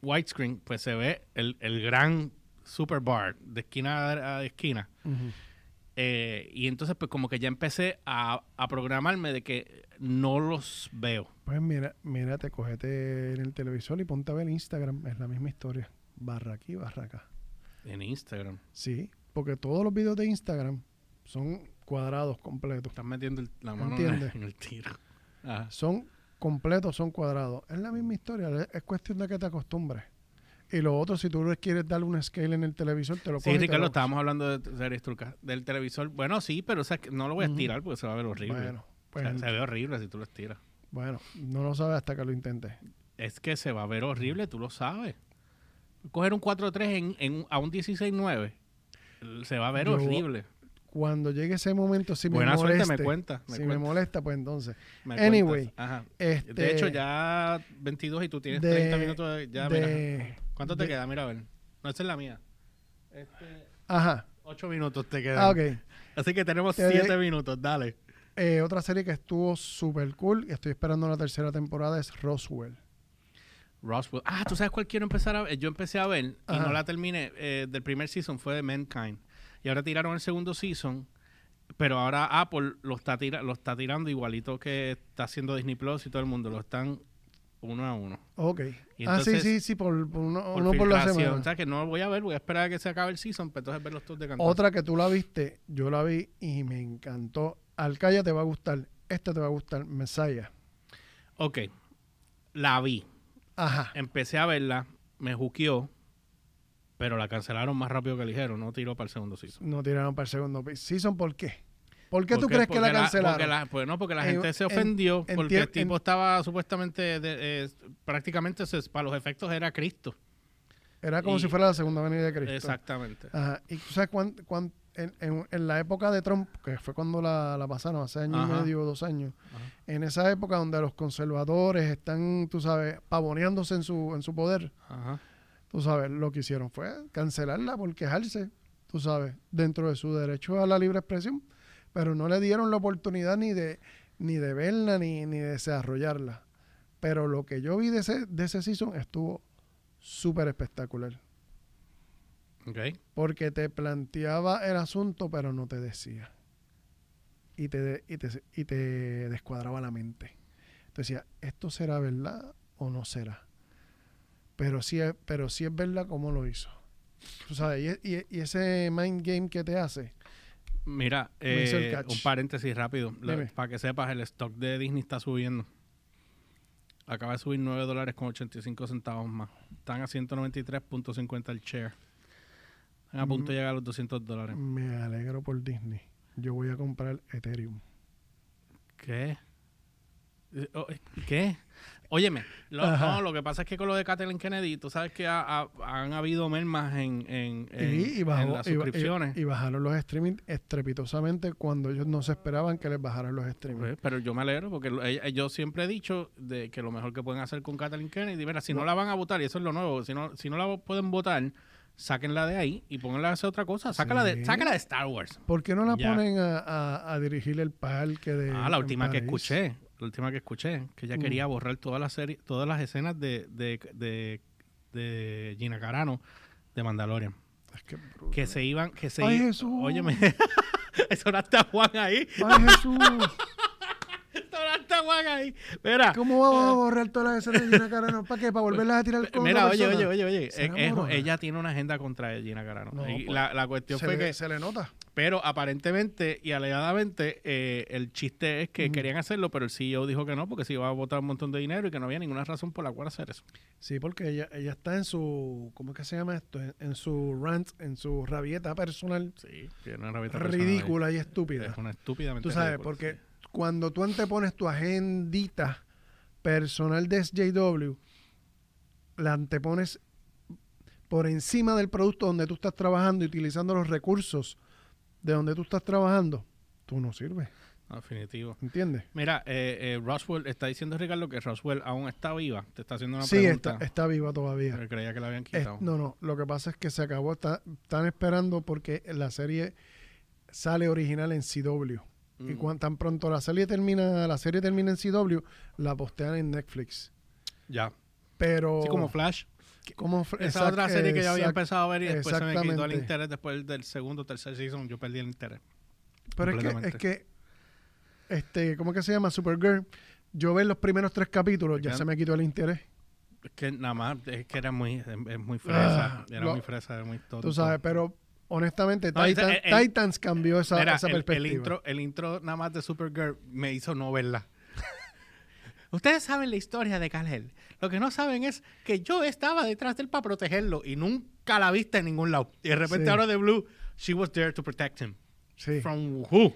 [SPEAKER 1] widescreen, pues se ve el, el gran super bar de esquina a a esquina.
[SPEAKER 2] Ujú.
[SPEAKER 1] Eh, y entonces, pues como que ya empecé a, a programarme de que no los veo.
[SPEAKER 2] Pues mira, mira, te cogete en el televisor y ponte a ver Instagram, es la misma historia. Barra aquí, barra acá.
[SPEAKER 1] En Instagram.
[SPEAKER 2] Sí, porque todos los videos de Instagram son cuadrados completos.
[SPEAKER 1] Están metiendo el- la mano en el,
[SPEAKER 2] Entiende.
[SPEAKER 1] en el tiro. Ajá.
[SPEAKER 2] Son completos, son cuadrados. Es la misma historia, es- es cuestión de que te acostumbres. Y lo otro, si tú le quieres darle un scale en el televisor, te lo
[SPEAKER 1] Sí,
[SPEAKER 2] coges y te
[SPEAKER 1] Ricardo,
[SPEAKER 2] lo-
[SPEAKER 1] estábamos hablando de series trucas. Del televisor. Bueno, sí, pero o sea, que no lo voy a
[SPEAKER 2] Ujú.
[SPEAKER 1] estirar porque se va a ver horrible.
[SPEAKER 2] Bueno,
[SPEAKER 1] O
[SPEAKER 2] pues,
[SPEAKER 1] sea, se ve horrible si tú lo estiras.
[SPEAKER 2] bueno, no lo sabes hasta que lo intentes.
[SPEAKER 1] Es que se va a ver horrible, tú lo sabes. Coger un 4-3 en, en- a un 16-9 se va a ver
[SPEAKER 2] Yo-
[SPEAKER 1] horrible.
[SPEAKER 2] Cuando llegue ese momento, si
[SPEAKER 1] Buena
[SPEAKER 2] me
[SPEAKER 1] suerte,
[SPEAKER 2] molesta,
[SPEAKER 1] me cuenta. Me
[SPEAKER 2] si me
[SPEAKER 1] cuenta,
[SPEAKER 2] molesta, pues entonces.
[SPEAKER 1] me cuentas.
[SPEAKER 2] anyway,
[SPEAKER 1] Ajá.
[SPEAKER 2] Este,
[SPEAKER 1] De hecho, ya 22 y tú tienes
[SPEAKER 2] de-
[SPEAKER 1] 30 minutos. de- ya, mira.
[SPEAKER 2] de-
[SPEAKER 1] ¿Cuánto te
[SPEAKER 2] de-
[SPEAKER 1] queda? Mira, a ver. No, esa es la mía. Este,
[SPEAKER 2] Ajá.
[SPEAKER 1] 8 minutos te quedan.
[SPEAKER 2] Ah, ok.
[SPEAKER 1] Así que tenemos
[SPEAKER 2] Te doy-
[SPEAKER 1] 7 minutos, dale.
[SPEAKER 2] Eh, otra serie que estuvo super cool y estoy esperando la tercera temporada es Roswell.
[SPEAKER 1] Roswell. Ah, ¿tú sabes cuál quiero empezar a ver? Yo empecé a ver y
[SPEAKER 2] Ajá.
[SPEAKER 1] no la terminé. eh, del primer season fue de Mankind. Y ahora tiraron el segundo season, pero ahora Apple lo está, tira- lo está tirando igualito que está haciendo Disney Plus y todo el mundo. Lo están uno a uno.
[SPEAKER 2] Ok.
[SPEAKER 1] Y
[SPEAKER 2] ah, sí,
[SPEAKER 1] entonces,
[SPEAKER 2] sí, sí, por, por uno uno por la
[SPEAKER 1] filtración.
[SPEAKER 2] semana.
[SPEAKER 1] O sea, que no lo voy a ver, voy a esperar a que se acabe el season para entonces ver los todos de cantar.
[SPEAKER 2] Otra que tú la viste, yo la vi y me encantó. Alcaya te va a gustar, esta te va a gustar, Messiah.
[SPEAKER 1] Ok, la vi.
[SPEAKER 2] Ajá.
[SPEAKER 1] Empecé a verla, me juqueó, pero la cancelaron más rápido que ligero. No tiró para el segundo season.
[SPEAKER 2] No tiraron para el segundo pi- season, ¿por qué? ¿Por qué tú
[SPEAKER 1] Porque-
[SPEAKER 2] crees que
[SPEAKER 1] porque
[SPEAKER 2] la
[SPEAKER 1] porque
[SPEAKER 2] cancelaron?
[SPEAKER 1] la- pues no, porque la
[SPEAKER 2] Eh,
[SPEAKER 1] gente se
[SPEAKER 2] en-
[SPEAKER 1] ofendió
[SPEAKER 2] enti-
[SPEAKER 1] porque el tipo
[SPEAKER 2] en-
[SPEAKER 1] estaba supuestamente, de- eh, prácticamente se- para los efectos era Cristo.
[SPEAKER 2] Era como
[SPEAKER 1] y-
[SPEAKER 2] si fuera la segunda venida de Cristo.
[SPEAKER 1] Exactamente.
[SPEAKER 2] Ajá. Y tú sabes cuán- cuán- en, en- en la época de Trump, que fue cuando la, la pasaron, hace año
[SPEAKER 1] Ajá.
[SPEAKER 2] y medio, dos años,
[SPEAKER 1] Ajá.
[SPEAKER 2] en esa época donde los conservadores están, tú sabes, pavoneándose en su, en su poder,
[SPEAKER 1] Ajá.
[SPEAKER 2] tú sabes, lo que hicieron fue cancelarla por quejarse, tú sabes, dentro de su derecho a la libre expresión, pero no le dieron la oportunidad ni de, ni de verla ni, ni de desarrollarla. Pero lo que yo vi de ese, de ese season estuvo súper espectacular
[SPEAKER 1] Ok.
[SPEAKER 2] porque te planteaba el asunto, pero no te decía. Y te, de- y te, y te descuadraba la mente. Te decía, ¿esto será verdad o no será? Pero sí es, pero sí es verdad como lo hizo. Tú sabes, y, e- y e- y ese mind game que te hace.
[SPEAKER 1] Mira,
[SPEAKER 2] Me hizo el
[SPEAKER 1] eh,
[SPEAKER 2] catch.
[SPEAKER 1] un paréntesis rápido. La-
[SPEAKER 2] Dime.
[SPEAKER 1] Para que sepas, el stock de Disney está subiendo. Acaba de subir 9 dólares con 85 centavos más. Están a 193.50 el share. Están a punto de llegar a los 200 dólares.
[SPEAKER 2] Me alegro por Disney. Yo voy a comprar Ethereum.
[SPEAKER 1] ¿Qué? Eh, oh, eh, ¿Qué? Óyeme, lo,
[SPEAKER 2] Ajá.
[SPEAKER 1] no, lo que pasa es que con lo de Kathleen Kennedy, tú sabes que ha- ha- han habido mermas en, en, en-
[SPEAKER 2] y, y
[SPEAKER 1] en
[SPEAKER 2] bajó-
[SPEAKER 1] las
[SPEAKER 2] y- y-
[SPEAKER 1] suscripciones.
[SPEAKER 2] y bajaron los streaming estrepitosamente cuando ellos no se esperaban que les bajaran los streaming.
[SPEAKER 1] Pues, Pero yo me alegro porque lo- ella- yo siempre he dicho de que lo mejor que pueden hacer con Kathleen Kennedy, mira, si no,
[SPEAKER 2] No.
[SPEAKER 1] la van a votar, y eso es lo nuevo, si no, si no la vo- pueden votar, sáquenla de ahí y pónganla a hacer otra cosa. Sácala, de,
[SPEAKER 2] Sí.
[SPEAKER 1] sácala de Star Wars.
[SPEAKER 2] ¿Por qué no la
[SPEAKER 1] Ya.
[SPEAKER 2] ponen a, a- a dirigir el parque de...
[SPEAKER 1] Ah, la
[SPEAKER 2] en
[SPEAKER 1] última que
[SPEAKER 2] París?
[SPEAKER 1] escuché, la última que escuché, que ella
[SPEAKER 2] Mm.
[SPEAKER 1] quería borrar todas las series, todas las escenas de, de, de, de Gina Carano de Mandalorian.
[SPEAKER 2] Es que,
[SPEAKER 1] que se iban, que se
[SPEAKER 2] Ay,
[SPEAKER 1] i-
[SPEAKER 2] Jesús.
[SPEAKER 1] Óyeme, eso no está Juan ahí.
[SPEAKER 2] ¡Ay, Jesús!
[SPEAKER 1] Eso no está Juan ahí. Mira,
[SPEAKER 2] ¿Cómo vamos a borrar todas las escenas de Gina Carano? ¿Para qué? ¿Para volverlas a tirar con
[SPEAKER 1] mira,
[SPEAKER 2] otra
[SPEAKER 1] oye,
[SPEAKER 2] persona?
[SPEAKER 1] oye, oye, oye.
[SPEAKER 2] ¿Será
[SPEAKER 1] Eh, eh,
[SPEAKER 2] morona?
[SPEAKER 1] ella tiene una agenda contra Gina Carano.
[SPEAKER 2] No,
[SPEAKER 1] Y
[SPEAKER 2] pues,
[SPEAKER 1] la, la cuestión
[SPEAKER 2] Se
[SPEAKER 1] fue
[SPEAKER 2] le,
[SPEAKER 1] que,
[SPEAKER 2] se le nota.
[SPEAKER 1] pero aparentemente y alegadamente, eh, el chiste es que
[SPEAKER 2] Mm.
[SPEAKER 1] querían hacerlo, pero el CEO dijo que no, porque se iba a botar un montón de dinero y que no había ninguna razón por la cual hacer eso.
[SPEAKER 2] Sí, porque ella, ella está en su, ¿cómo es que se llama esto? En, en su rant, en su rabieta personal
[SPEAKER 1] Sí, tiene una rabeta personal ahí.
[SPEAKER 2] ridícula y estúpida.
[SPEAKER 1] Es una estúpidamente
[SPEAKER 2] Tú sabes,
[SPEAKER 1] ridícula,
[SPEAKER 2] porque
[SPEAKER 1] pues, sí.
[SPEAKER 2] cuando tú antepones tu agendita personal de SJW, la antepones por encima del producto donde tú estás trabajando y utilizando los recursos de donde tú estás trabajando, tú no sirves,
[SPEAKER 1] Definitivo.
[SPEAKER 2] ¿entiendes?
[SPEAKER 1] Mira, eh, eh, Roswell, está diciendo Ricardo que Roswell aún está viva. Te está haciendo una
[SPEAKER 2] sí,
[SPEAKER 1] pregunta.
[SPEAKER 2] está, está viva todavía.
[SPEAKER 1] Pero creía que la habían
[SPEAKER 2] Es-
[SPEAKER 1] quitado.
[SPEAKER 2] no, no, lo que pasa es que se acabó, está- están esperando porque la serie sale original en CW. Y
[SPEAKER 1] Mm.
[SPEAKER 2] cuan- tan pronto la serie termina, la serie termina en CW, la postean en Netflix.
[SPEAKER 1] Ya.
[SPEAKER 2] Pero
[SPEAKER 1] Así como Flash.
[SPEAKER 2] como fr-
[SPEAKER 1] Esa
[SPEAKER 2] exact-
[SPEAKER 1] otra serie que yo había
[SPEAKER 2] exact-
[SPEAKER 1] empezado a ver y después se me quitó el
[SPEAKER 2] exactamente.
[SPEAKER 1] interés. Después del segundo o tercer season, yo perdí el interés.
[SPEAKER 2] Pero es que, es
[SPEAKER 1] completamente.
[SPEAKER 2] que, este, ¿cómo que se llama? Supergirl. Yo ver los primeros tres capítulos, ya
[SPEAKER 1] Acá-
[SPEAKER 2] se me quitó el interés.
[SPEAKER 1] Es que nada más, es que era muy, es, es muy fresa.
[SPEAKER 2] Ah,
[SPEAKER 1] era
[SPEAKER 2] lo-
[SPEAKER 1] muy fresa, era muy tonto.
[SPEAKER 2] Tú sabes, pero honestamente,
[SPEAKER 1] No, dice,
[SPEAKER 2] Titan-
[SPEAKER 1] el- el-
[SPEAKER 2] Titans cambió esa,
[SPEAKER 1] Mira,
[SPEAKER 2] esa
[SPEAKER 1] el- el,
[SPEAKER 2] perspectiva.
[SPEAKER 1] intro, el intro nada más de Supergirl me hizo no verla. Ustedes saben la historia de Kal-El. Lo que no saben es que yo estaba detrás de él para protegerlo y nunca la viste en ningún lado. Y de repente
[SPEAKER 2] Sí.
[SPEAKER 1] ahora de Blue, she was there to protect him.
[SPEAKER 2] Sí.
[SPEAKER 1] From who?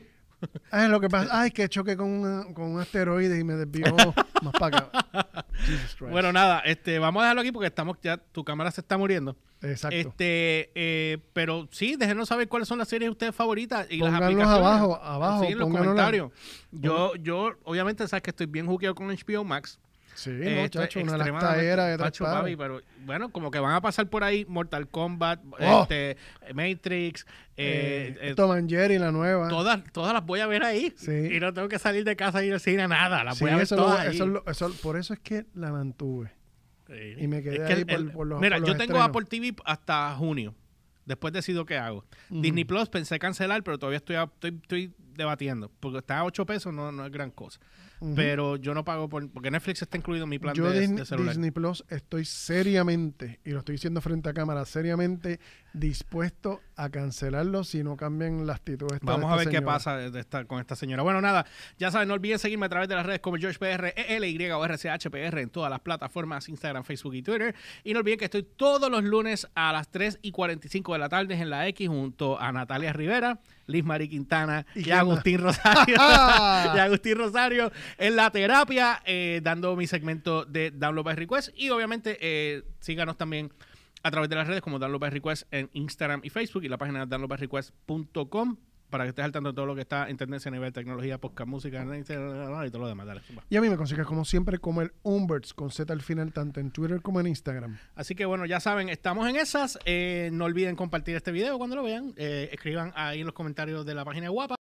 [SPEAKER 2] Ay, lo que pasa, ay, que choqué con, una- con un asteroide y me desvió más para acá. Jesus Christ.
[SPEAKER 1] Bueno, nada, este, vamos a dejarlo aquí porque estamos ya, tu cámara se está muriendo.
[SPEAKER 2] Exacto.
[SPEAKER 1] Este, eh, pero sí, déjenos saber cuáles son las series de ustedes favoritas y las
[SPEAKER 2] Pónganos
[SPEAKER 1] aplicaciones.
[SPEAKER 2] abajo, abajo,
[SPEAKER 1] Sí, en los
[SPEAKER 2] pónganos la-
[SPEAKER 1] comentarios. Yo, yo, obviamente, sabes que estoy bien juqueado con HBO Max.
[SPEAKER 2] sí,
[SPEAKER 1] Eh,
[SPEAKER 2] no,
[SPEAKER 1] esto es
[SPEAKER 2] chacho, una
[SPEAKER 1] extremadamente-
[SPEAKER 2] lactadera de tres
[SPEAKER 1] Pacho,
[SPEAKER 2] pares.
[SPEAKER 1] papi, pues, pero bueno, como que van a pasar por ahí Mortal Kombat,
[SPEAKER 2] Oh.
[SPEAKER 1] este, Matrix, eh,
[SPEAKER 2] Eh,
[SPEAKER 1] eh,
[SPEAKER 2] Tom and Jerry, la nueva.
[SPEAKER 1] todas, todas las voy a ver ahí.
[SPEAKER 2] Sí.
[SPEAKER 1] Y no tengo que salir de casa y ir al cine, nada. Las
[SPEAKER 2] Sí,
[SPEAKER 1] voy a ver
[SPEAKER 2] eso
[SPEAKER 1] todas
[SPEAKER 2] lo-
[SPEAKER 1] ahí.
[SPEAKER 2] eso lo- eso- por eso es que la mantuve.
[SPEAKER 1] Sí.
[SPEAKER 2] Y me quedé
[SPEAKER 1] Es que
[SPEAKER 2] ahí
[SPEAKER 1] el-
[SPEAKER 2] por-
[SPEAKER 1] el-
[SPEAKER 2] por los-
[SPEAKER 1] Mira,
[SPEAKER 2] por los
[SPEAKER 1] yo tengo
[SPEAKER 2] estrenos.
[SPEAKER 1] Apple TV hasta junio. Después decido qué hago. Disney Plus pensé cancelar, pero todavía estoy, a- estoy, estoy debatiendo. Porque está a 8 pesos, no, no es gran cosa.
[SPEAKER 2] Ujú.
[SPEAKER 1] Pero yo no pago por. Porque Netflix está incluido en mi plan
[SPEAKER 2] Yo
[SPEAKER 1] de,
[SPEAKER 2] Disney,
[SPEAKER 1] de celular.
[SPEAKER 2] Disney Plus estoy seriamente, y lo estoy diciendo frente a cámara, seriamente dispuesto a cancelarlo si no cambian la actitud. esta de este
[SPEAKER 1] Vamos
[SPEAKER 2] esta
[SPEAKER 1] a ver qué
[SPEAKER 2] señora.
[SPEAKER 1] pasa de esta- con esta señora. Bueno, nada, ya saben, no olviden seguirme a través de las redes como GeorgePR, ELY E o RCHPR en todas las plataformas, Instagram, Facebook y Twitter. Y no olviden que estoy todos los lunes a las 3 y 45 de la tarde en la X junto a Natalia Rivera, Liz Mari Quintana
[SPEAKER 2] ¿Y
[SPEAKER 1] y,
[SPEAKER 2] quién
[SPEAKER 1] Agustín Rosario.
[SPEAKER 2] ¡Ah!
[SPEAKER 1] y Agustín Rosario en la terapia, eh, dando mi segmento de Download by Request. Y obviamente, eh, síganos también a través de las redes como Download by Request en Instagram y Facebook y la página downloadbyrequest.com para que estés al tanto de todo lo que está en tendencia a nivel de tecnología, podcast, música y todo lo demás. Dale, zumba.
[SPEAKER 2] Y a mí me consigues como siempre como el Umberts con Z al final tanto en Twitter como en Instagram.
[SPEAKER 1] Así que bueno, ya saben, estamos en esas. Eh, no olviden compartir este video cuando lo vean. Eh, escriban ahí en los comentarios de la página de guapa.